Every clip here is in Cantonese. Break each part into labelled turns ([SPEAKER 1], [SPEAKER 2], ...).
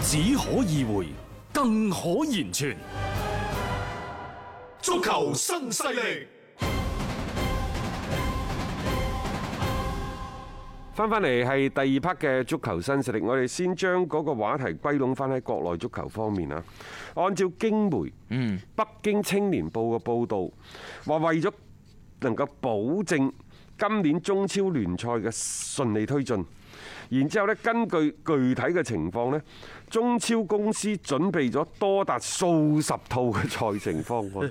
[SPEAKER 1] 只可意會，更可言傳。
[SPEAKER 2] 足球新勢力。
[SPEAKER 3] 翻翻嚟係第二 part 嘅足球新勢力，我哋先將嗰個話題歸攏翻喺國內足球方面啊。按照京媒、嗯、北京青年報嘅報導，話為咗能夠保證今年中超聯賽嘅順利推進，然之後咧根據具體嘅情況咧，中超公司準備咗多達數十套嘅賽程方案。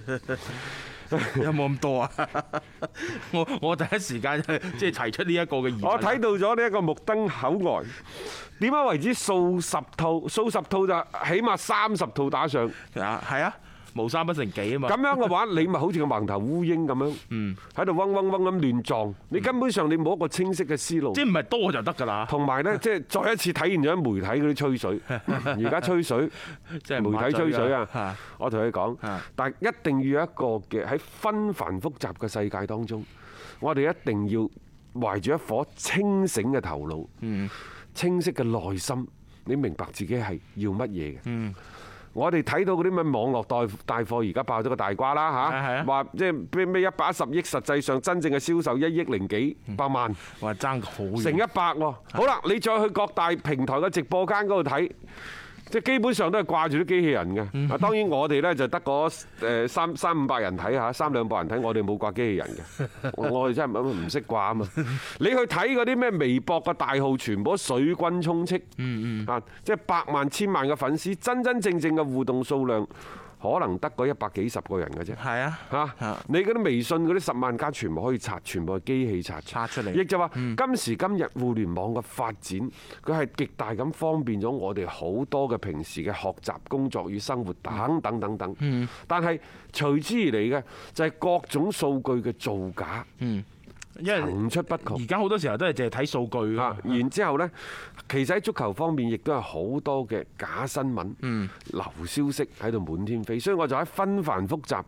[SPEAKER 4] 有冇咁多啊？我我第一時間即係提出呢一個嘅疑問。
[SPEAKER 3] 我睇到咗呢一個目瞪口呆，點解為之數十套？數十套就起碼三十套打上，
[SPEAKER 4] 啊，係啊，無三不成幾啊嘛。
[SPEAKER 3] 咁樣嘅話，你咪好似個盲頭烏蠅咁樣，喺度嗡嗡嗡咁亂撞，你根本上你冇一個清晰嘅思路
[SPEAKER 4] 即。係唔係多就得㗎啦？
[SPEAKER 3] 同埋呢，即係再一次體現咗媒體嗰啲吹水，而家吹水，
[SPEAKER 4] 即係
[SPEAKER 3] 媒體吹水啊
[SPEAKER 4] 嚇！
[SPEAKER 3] 我同你講
[SPEAKER 4] 嚇，
[SPEAKER 3] 但一定要有一個嘅喺紛繁複雜嘅世界當中，我哋一定要懷住一顆清醒嘅頭腦，清晰嘅內心，你明白自己係要乜嘢嘅。我哋睇到嗰啲咩網絡帶帶貨，而家爆咗個大瓜啦
[SPEAKER 4] 係啊係
[SPEAKER 3] 嚇，
[SPEAKER 4] 啊
[SPEAKER 3] 話即係咩咩一百一十億，實際上真正嘅銷售一億零幾百萬。
[SPEAKER 4] 話爭好遠。
[SPEAKER 3] 成一百喎。好啦，你再去各大平台嘅直播間嗰度睇。即係基本上都係掛住啲機器人
[SPEAKER 4] 嗯
[SPEAKER 3] 嘅，啊當然我哋呢就得嗰誒三三五百人睇下，三兩百人睇，我哋冇掛機器人 嘅，我我哋真係唔唔識掛啊嘛！你去睇嗰啲咩微博嘅大號，全部都水軍充斥，
[SPEAKER 4] 嗯
[SPEAKER 3] 啊，即係百萬千萬嘅粉絲，真真正正嘅互動數量可能得嗰一百幾十個人嘅啫。
[SPEAKER 4] 係啊，
[SPEAKER 3] 嚇！你嗰啲微信嗰啲十萬加全部可以刷，全部係機器刷
[SPEAKER 4] 刷出嚟嗯
[SPEAKER 3] 亦就話今時今日互聯網嘅發展，佢係極大咁方便咗我哋好多嘅平時嘅學習、工作與生活等
[SPEAKER 4] 嗯
[SPEAKER 3] 等等等。但係隨之而嚟嘅就係各種數據嘅造假，
[SPEAKER 4] 因為
[SPEAKER 3] 層出不窮
[SPEAKER 4] 而。家好多時候都係淨係睇數據㗎
[SPEAKER 3] 啊
[SPEAKER 4] 嘛。！
[SPEAKER 3] 然之後呢，其實喺足球方面亦都有好多嘅假新聞、
[SPEAKER 4] 嗯
[SPEAKER 3] 流消息喺度滿天飛，所以我就喺紛繁複雜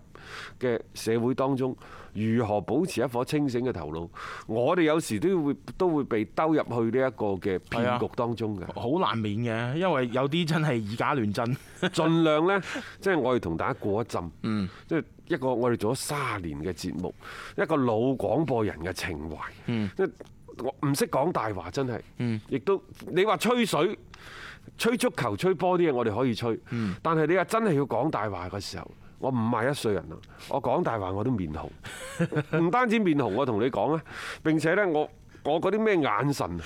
[SPEAKER 3] 嘅社會當中，如何保持一顆清醒嘅頭腦？我哋有時都會都會被兜入去呢一個嘅
[SPEAKER 4] 係啊
[SPEAKER 3] 騙局當中嘅。
[SPEAKER 4] 好難免嘅，因為有啲真係以假亂真，
[SPEAKER 3] 盡量呢，即係我哋同大家過一陣，即係一個我哋做咗三年嘅節目，一個老廣播人嘅情懷，即係我唔識講大話，真係，亦都你話吹水。吹足球、吹波啲嘢，我哋可以吹。但係你話真係要講大話嘅時候，我五廿一歲人啦，我講大話我都面紅，唔單止面紅，我同你講咧。並且呢，我我嗰啲咩眼神、啊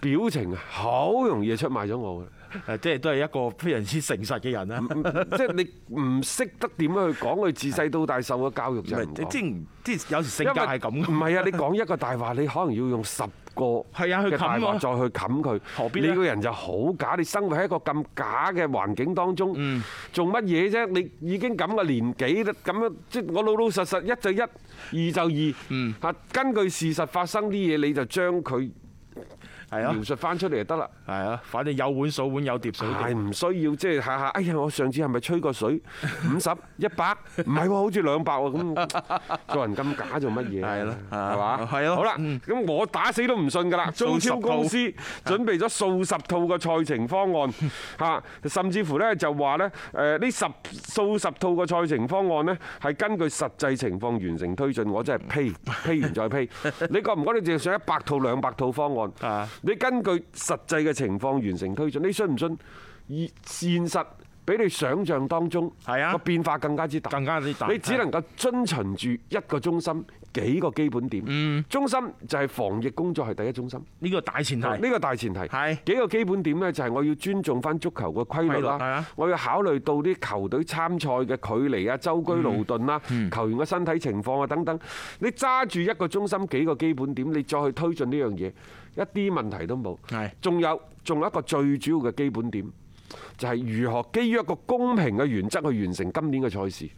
[SPEAKER 3] 表情啊，好容易就出賣咗我嘅。
[SPEAKER 4] 誒即係都係一個非常之誠實嘅人啊
[SPEAKER 3] 嗯
[SPEAKER 4] 啦。
[SPEAKER 3] 即係你唔識得點樣去講，佢自細到大受嘅教育就係唔
[SPEAKER 4] 即
[SPEAKER 3] 講。
[SPEAKER 4] 係即係有時性
[SPEAKER 3] 因
[SPEAKER 4] 格
[SPEAKER 3] 為
[SPEAKER 4] 係咁
[SPEAKER 3] 唔
[SPEAKER 4] 㗎。
[SPEAKER 3] 係啊！你講一個大話，你可能要用十個
[SPEAKER 4] 係啊去
[SPEAKER 3] 嘅大
[SPEAKER 4] 冚
[SPEAKER 3] 話
[SPEAKER 4] 啊
[SPEAKER 3] 再去冚佢。
[SPEAKER 4] 何必呢
[SPEAKER 3] 你個人就好假，你生活喺一個咁假嘅環境當中，
[SPEAKER 4] 嗯
[SPEAKER 3] 做乜嘢啫？你已經咁嘅年紀啦，咁樣即係我老老實實一就一，二就二。嚇，根據事實發生啲嘢，你就將佢
[SPEAKER 4] 嗯係啊
[SPEAKER 3] 描，述翻出嚟就得啦。
[SPEAKER 4] 係啊，反正有碗數碗，有碟水碟。
[SPEAKER 3] 係唔需要即係下下，哎呀！我上次係咪吹過 水五十一百？唔係喎，好似兩百喎 咁，做人咁假做乜嘢？啊
[SPEAKER 4] 係咯啊
[SPEAKER 3] 係嘛？
[SPEAKER 4] 係咯
[SPEAKER 3] 好啦，
[SPEAKER 4] 嗯
[SPEAKER 3] 咁我打死都唔信㗎啦！中
[SPEAKER 4] 數十
[SPEAKER 3] 超
[SPEAKER 4] 套
[SPEAKER 3] 公司準備咗數十套嘅賽程方 案嚇，甚至乎呢就話呢，誒呢十數十套嘅賽程方案呢，係根據實際情況完
[SPEAKER 4] 嗯
[SPEAKER 3] 成推進。我真係批批完再批，你覺唔覺得淨係上一百套兩百套方案
[SPEAKER 4] 啊？
[SPEAKER 3] 你根據實際嘅情況完成推進，你信唔信？現現實比你想象當中
[SPEAKER 4] 係啊
[SPEAKER 3] 個變化更加之大，
[SPEAKER 4] 更加之大啊
[SPEAKER 3] 你只能夠遵循住一個中心幾個基本點，
[SPEAKER 4] 嗯
[SPEAKER 3] 中心就係防疫工作係第一中心。
[SPEAKER 4] 呢個大前提
[SPEAKER 3] 嗯呢個大前提
[SPEAKER 4] 係
[SPEAKER 3] 幾個基本點呢，就係我要尊重翻足球嘅規律
[SPEAKER 4] 規律係
[SPEAKER 3] 啦
[SPEAKER 4] 啊，
[SPEAKER 3] 我要考慮到啲球隊參賽嘅距離啊、周居勞頓啦、球員嘅身體情況啊等等。你揸住一個中心幾個基本點，你再去推進呢樣嘢，一啲問題都冇
[SPEAKER 4] 係。
[SPEAKER 3] 仲有仲有一個最主要嘅基本點。就係如何基於一個公平嘅原則去完成今年嘅賽事，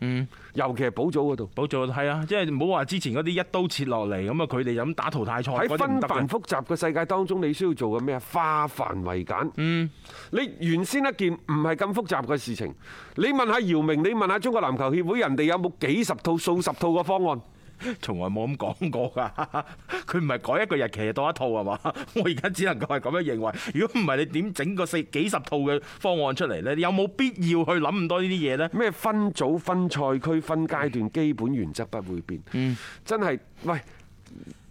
[SPEAKER 3] 尤其係補組嗰度。
[SPEAKER 4] 保做係啊，即係唔好話之前嗰啲一刀切落嚟咁啊，佢哋就咁打淘汰賽
[SPEAKER 3] 喺
[SPEAKER 4] 嗰啲唔
[SPEAKER 3] 紛
[SPEAKER 4] 得
[SPEAKER 3] 繁
[SPEAKER 4] 嘅，
[SPEAKER 3] 複雜嘅世界當中，你需要做嘅咩啊？化繁為簡。嗯，你原先一件唔係咁複雜嘅事情，你問下姚明，你問下中國籃球協會，人哋有冇幾十套、數十套嘅方案？
[SPEAKER 4] 從來冇咁講過㗎。 佢唔係改一個日期就當一套係嘛？ 我而家只能夠係咁樣認為。如果唔係，你點整個四幾十套嘅方案出嚟呢？你有冇必要去諗咁多呢啲嘢呢？
[SPEAKER 3] 咩分組、分賽區、分階段，基本原則不會變。嗯，真係喂。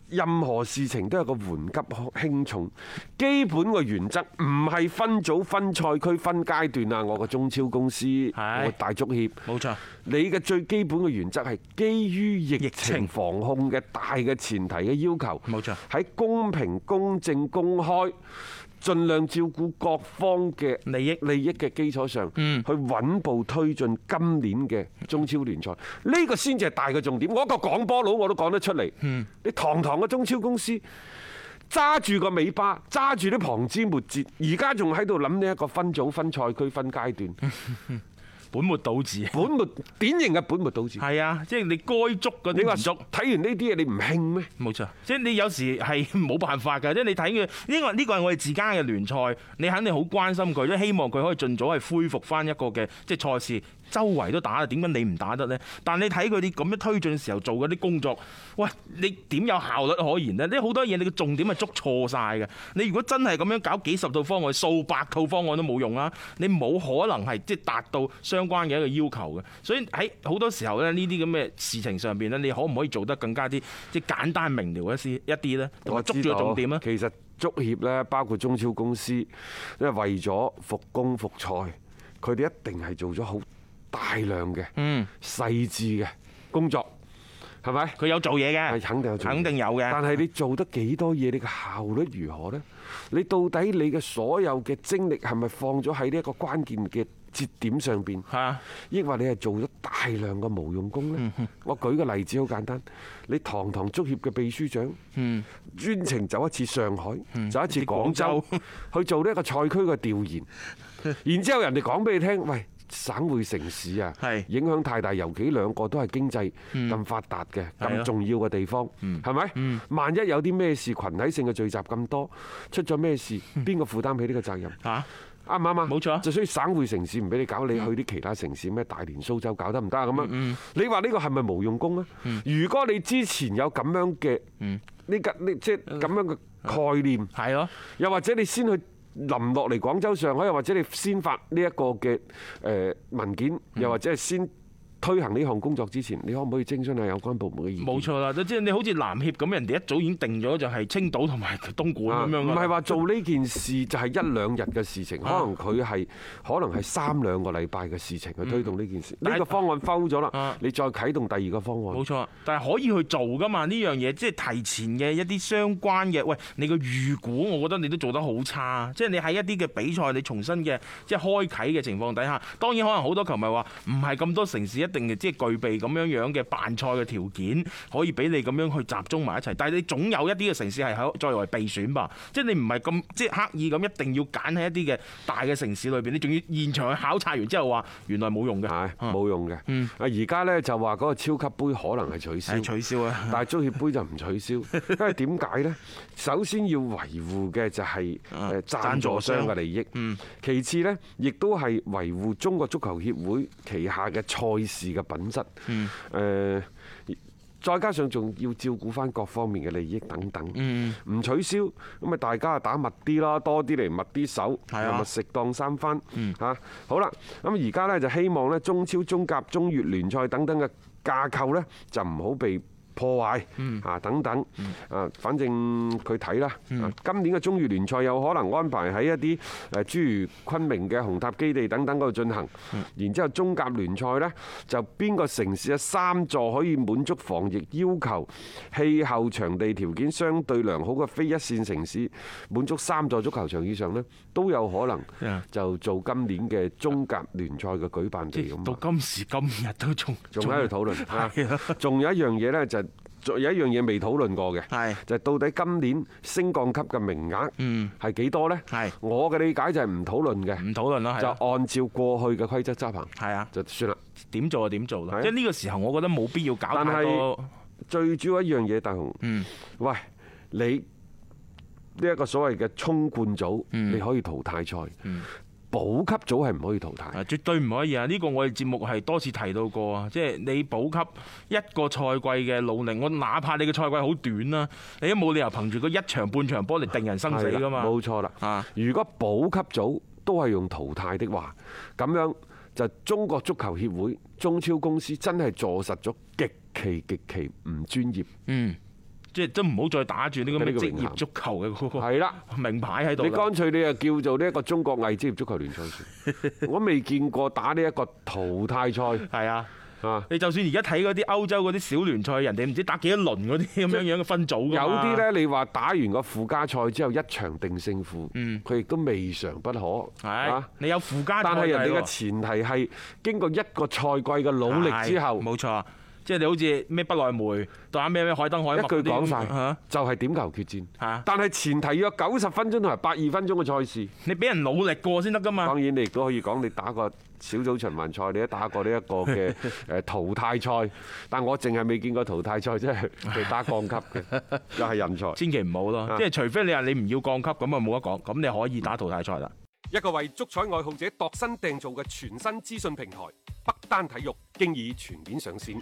[SPEAKER 3] 任何事情都有個緩急輕重，基本嘅原則唔係分組、分賽區、分階段啊！我個中超公司，
[SPEAKER 4] 係
[SPEAKER 3] 我大足協，
[SPEAKER 4] 冇錯，
[SPEAKER 3] 你嘅最基本嘅原則係基於疫
[SPEAKER 4] 疫情
[SPEAKER 3] 情防控嘅大嘅前提嘅要求，
[SPEAKER 4] 冇錯
[SPEAKER 3] 喺公平、公正、公開，盡量照顧各方嘅
[SPEAKER 4] 利益嗯
[SPEAKER 3] 利益嘅基礎上，去穩步推進今年嘅中超聯賽，呢個先至係大嘅重點。我一個廣波佬我都講得出嚟，
[SPEAKER 4] 嗯
[SPEAKER 3] 你堂堂嘅中超公司。揸住個尾巴，揸住啲旁枝末節，而家仲喺度諗呢一個分組、分賽區、分階段，
[SPEAKER 4] 嗯本末倒置。
[SPEAKER 3] 本末典型嘅本末倒置。
[SPEAKER 4] 係啊，即係你該捉嗰
[SPEAKER 3] 你
[SPEAKER 4] 啲
[SPEAKER 3] 話
[SPEAKER 4] 唔捉。
[SPEAKER 3] 睇完呢啲嘢你唔興咩？
[SPEAKER 4] 冇錯，即係你有時係冇辦法㗎，即係你睇佢呢個呢個係我哋自家嘅聯賽，你肯定好關心佢，即係希望佢可以盡早係恢復翻一個嘅即係賽事，周圍都打啦，點解你唔打得呢？但你睇佢哋咁樣推進時候做嗰啲工作，喂，你點有效率可言呢？你好多嘢你嘅重點係捉錯晒嘅。你如果真係咁樣搞幾十套方案、數百套方案都冇用啦，啊你冇可能係即係達到相關嘅一個要求嘅。所以喺好多時候咧，呢啲咁嘅事情上邊咧，你可唔可以做得更加啲即係簡單明瞭一啲一啲咧，同埋捉住個重點咧？
[SPEAKER 3] 其實足協咧，包括中超公司，因為為咗復工復賽，佢哋一定係做咗好大量嘅、
[SPEAKER 4] 嗯
[SPEAKER 3] 細緻嘅工作，係咪？
[SPEAKER 4] 佢有做嘢嘅，
[SPEAKER 3] 係肯定有做嘢，
[SPEAKER 4] 肯定有嘅。
[SPEAKER 3] 但係你做得幾多嘢？你嘅效率如何呢？你到底你嘅所有嘅精力係咪放咗喺呢一個關鍵嘅節點上邊？
[SPEAKER 4] 係啊，
[SPEAKER 3] 抑或你係做咗大量嘅無用功呢？我舉個例子好簡單，你堂堂足協嘅秘書長，嗯專程走一次上海，嗯走一次廣州，去做呢一個賽區嘅調 研，然之後人哋講俾你聽，喂。省會城市啊
[SPEAKER 4] 係，
[SPEAKER 3] 影響太大，尤其兩個都係經濟咁發達嘅、
[SPEAKER 4] 係
[SPEAKER 3] 咁
[SPEAKER 4] 咯
[SPEAKER 3] 重要嘅地方，係咪？萬一有啲咩事，群體性嘅聚集咁多，出咗咩事，邊個負擔起呢個責任？
[SPEAKER 4] 嚇，
[SPEAKER 3] 啱唔啱啊？
[SPEAKER 4] 冇錯啊嗯
[SPEAKER 3] 就所以省會城市唔俾你搞，你去啲其他城市咩大連、蘇州搞得唔得啊？咁樣，你話呢個係咪無用功啊？
[SPEAKER 4] 嗯
[SPEAKER 3] 如果你之前有咁樣嘅呢個呢即係
[SPEAKER 4] 嗯
[SPEAKER 3] 咁樣嘅概念，
[SPEAKER 4] 係咯，
[SPEAKER 3] 又或者你先去。臨落嚟廣州、上海，又或者你先發呢一個嘅誒文件，
[SPEAKER 4] 嗯
[SPEAKER 3] 又或者係先推行呢項工作之前，你可唔可以徵詢下有關部門嘅意見？
[SPEAKER 4] 冇錯啦。即係你好似南協咁，人哋一早已經定咗就係青島同埋東
[SPEAKER 3] 啊
[SPEAKER 4] 莞咁樣㗎
[SPEAKER 3] 唔
[SPEAKER 4] 啦
[SPEAKER 3] 係話做呢件事就係一兩日嘅事情，可
[SPEAKER 4] 啊
[SPEAKER 3] 能佢係可能係三兩個禮拜嘅事情去推動呢件事。
[SPEAKER 4] 嗯但係
[SPEAKER 3] 呢個方案摟咗
[SPEAKER 4] 啊
[SPEAKER 3] 啦，你再啟動第二個方案
[SPEAKER 4] 冇。錯，但係可以去做噶嘛？呢樣嘢即係提前嘅一啲相關嘅，喂，你個預估，我覺得你都做得好差。即係你喺一啲嘅比賽，你重新嘅即係開啓嘅情況底下，當然可能好多球迷話唔係咁多城市一定即係具備咁樣樣嘅辦賽嘅條件，可以俾你咁樣去集中埋一齊。但係你總有一啲嘅城市係喺作為備選吧，即係你唔係咁即係刻意咁一定要揀喺一啲嘅大嘅城市裏邊，你仲要現場去考察完之後話原來冇用嘅，
[SPEAKER 3] 係
[SPEAKER 4] 啊
[SPEAKER 3] 冇用嘅。啊，而家呢就話嗰個超級杯可能係取消
[SPEAKER 4] 係，取消啊！
[SPEAKER 3] 但係足協杯就唔取 消，因為點解呢？首先要維護嘅就係
[SPEAKER 4] 啊
[SPEAKER 3] 誒贊助商嘅利益，
[SPEAKER 4] 嗯
[SPEAKER 3] 其次呢，亦都係維護中國足球協會旗下嘅賽事嘅品質。
[SPEAKER 4] 嗯
[SPEAKER 3] 誒，再加上仲要照顧翻各方面嘅利益等等，
[SPEAKER 4] 嗯
[SPEAKER 3] 唔取消咁咪大家打密啲啦，多啲嚟密啲手，
[SPEAKER 4] 係啊嗯
[SPEAKER 3] 咪食當三番嚇。好啦，咁而家呢，就希望呢中超、中甲、中乙聯賽等等嘅架構呢，就唔好被破壞
[SPEAKER 4] 嗯
[SPEAKER 3] 啊等等啊，反正佢睇啦。
[SPEAKER 4] 嗯
[SPEAKER 3] 啊今年嘅中乙聯賽有可能安排喺一啲誒諸如昆明嘅紅塔基地等等嗰度進行，然之後中甲聯賽呢，就邊個城市嘅三座可以滿足防疫要求、氣候場地條件相對良好嘅非一線城市，滿足三座足球場以上呢，都有可能
[SPEAKER 4] 嗯
[SPEAKER 3] 就做今年嘅中甲聯賽嘅舉辦地
[SPEAKER 4] 即
[SPEAKER 3] 咁
[SPEAKER 4] 係
[SPEAKER 3] 啊。
[SPEAKER 4] 到今時今日都仲
[SPEAKER 3] 仲喺 度討論
[SPEAKER 4] 係
[SPEAKER 3] 啊
[SPEAKER 4] 啊！
[SPEAKER 3] 仲有一樣嘢呢，就係仲有一樣嘢未討論過嘅
[SPEAKER 4] 係，
[SPEAKER 3] 就係到底今年升降級嘅名額
[SPEAKER 4] 嗯
[SPEAKER 3] 係幾多呢？
[SPEAKER 4] 係
[SPEAKER 3] 我嘅理解就係唔討論嘅，
[SPEAKER 4] 唔討論啦，係
[SPEAKER 3] 就
[SPEAKER 4] 啊
[SPEAKER 3] 按照過去嘅規則執行
[SPEAKER 4] 係啊，
[SPEAKER 3] 就算啦。
[SPEAKER 4] 點做就點做
[SPEAKER 3] 係啊
[SPEAKER 4] 啦。即係呢個時候，我覺得冇必要搞
[SPEAKER 3] 但
[SPEAKER 4] 太
[SPEAKER 3] 係
[SPEAKER 4] 多。
[SPEAKER 3] 最主要一樣嘢，大雄，
[SPEAKER 4] 嗯
[SPEAKER 3] 喂你。呢一個所謂嘅衝冠組，
[SPEAKER 4] 嗯
[SPEAKER 3] 你可以淘汰賽，保級組係唔可以淘汰。
[SPEAKER 4] 啊，絕對唔可以啊！呢、個我哋節目係多次提到過啊，即係你保級一個賽季嘅努力，我哪怕你嘅賽季好短啦，你都冇理由憑住個一場半場波嚟定人生死
[SPEAKER 3] 係啦
[SPEAKER 4] 噶嘛。
[SPEAKER 3] 冇錯啦。
[SPEAKER 4] 啊
[SPEAKER 3] 如果保級組都係用淘汰的話，咁樣就中國足球協會、中超公司真係坐實咗極其極其唔專業。
[SPEAKER 4] 嗯，即係都唔好再打住呢個
[SPEAKER 3] 呢
[SPEAKER 4] 咩
[SPEAKER 3] 個
[SPEAKER 4] 職
[SPEAKER 3] 名
[SPEAKER 4] 業
[SPEAKER 3] 銜
[SPEAKER 4] 足球嘅嗰個
[SPEAKER 3] 係啦。
[SPEAKER 4] 名牌喺度
[SPEAKER 3] 你
[SPEAKER 4] 啦。
[SPEAKER 3] 乾脆你就叫做呢一個中國偽職業足球聯賽 算，我未見過打呢一個淘汰賽
[SPEAKER 4] 係啊。
[SPEAKER 3] 啊！
[SPEAKER 4] 你就算而家睇嗰啲歐洲嗰啲小聯賽，人哋唔知打幾多輪嗰啲咁啊樣樣嘅分組㗎
[SPEAKER 3] 有
[SPEAKER 4] 嘛
[SPEAKER 3] 啲呢，你話打完個附加賽之後一場定勝負，
[SPEAKER 4] 嗯
[SPEAKER 3] 佢亦都未嘗不可。
[SPEAKER 4] 係
[SPEAKER 3] 啊
[SPEAKER 4] 你有附加賽
[SPEAKER 3] 但係人哋嘅
[SPEAKER 4] 喎
[SPEAKER 3] 前提係經過一個賽季嘅努力之後
[SPEAKER 4] 係，冇錯，即係你好似咩不萊梅對下咩咩海登海
[SPEAKER 3] 一
[SPEAKER 4] 默
[SPEAKER 3] 句
[SPEAKER 4] 嗰啲
[SPEAKER 3] 講
[SPEAKER 4] 咁
[SPEAKER 3] 晒
[SPEAKER 4] 嚇，
[SPEAKER 3] 就係點球決戰
[SPEAKER 4] 啊嚇。
[SPEAKER 3] 但係前提要有九十分鐘同埋八二分鐘嘅賽事。
[SPEAKER 4] 你俾人努力過先得㗎啊嘛
[SPEAKER 3] 當。然你亦都可以講你打過小組循環賽，你都打過呢一個嘅誒淘汰賽。但我淨係未見過淘汰賽，即係被打降級嘅，又係人才。
[SPEAKER 4] 千祈唔好
[SPEAKER 3] 啊
[SPEAKER 4] 咯，即係除非你話你唔要降級咁啊冇得講，咁你可以打淘汰賽啦。
[SPEAKER 5] 一個為足彩愛好者度身訂造嘅全新資訊平台北單體育，經已全面上線。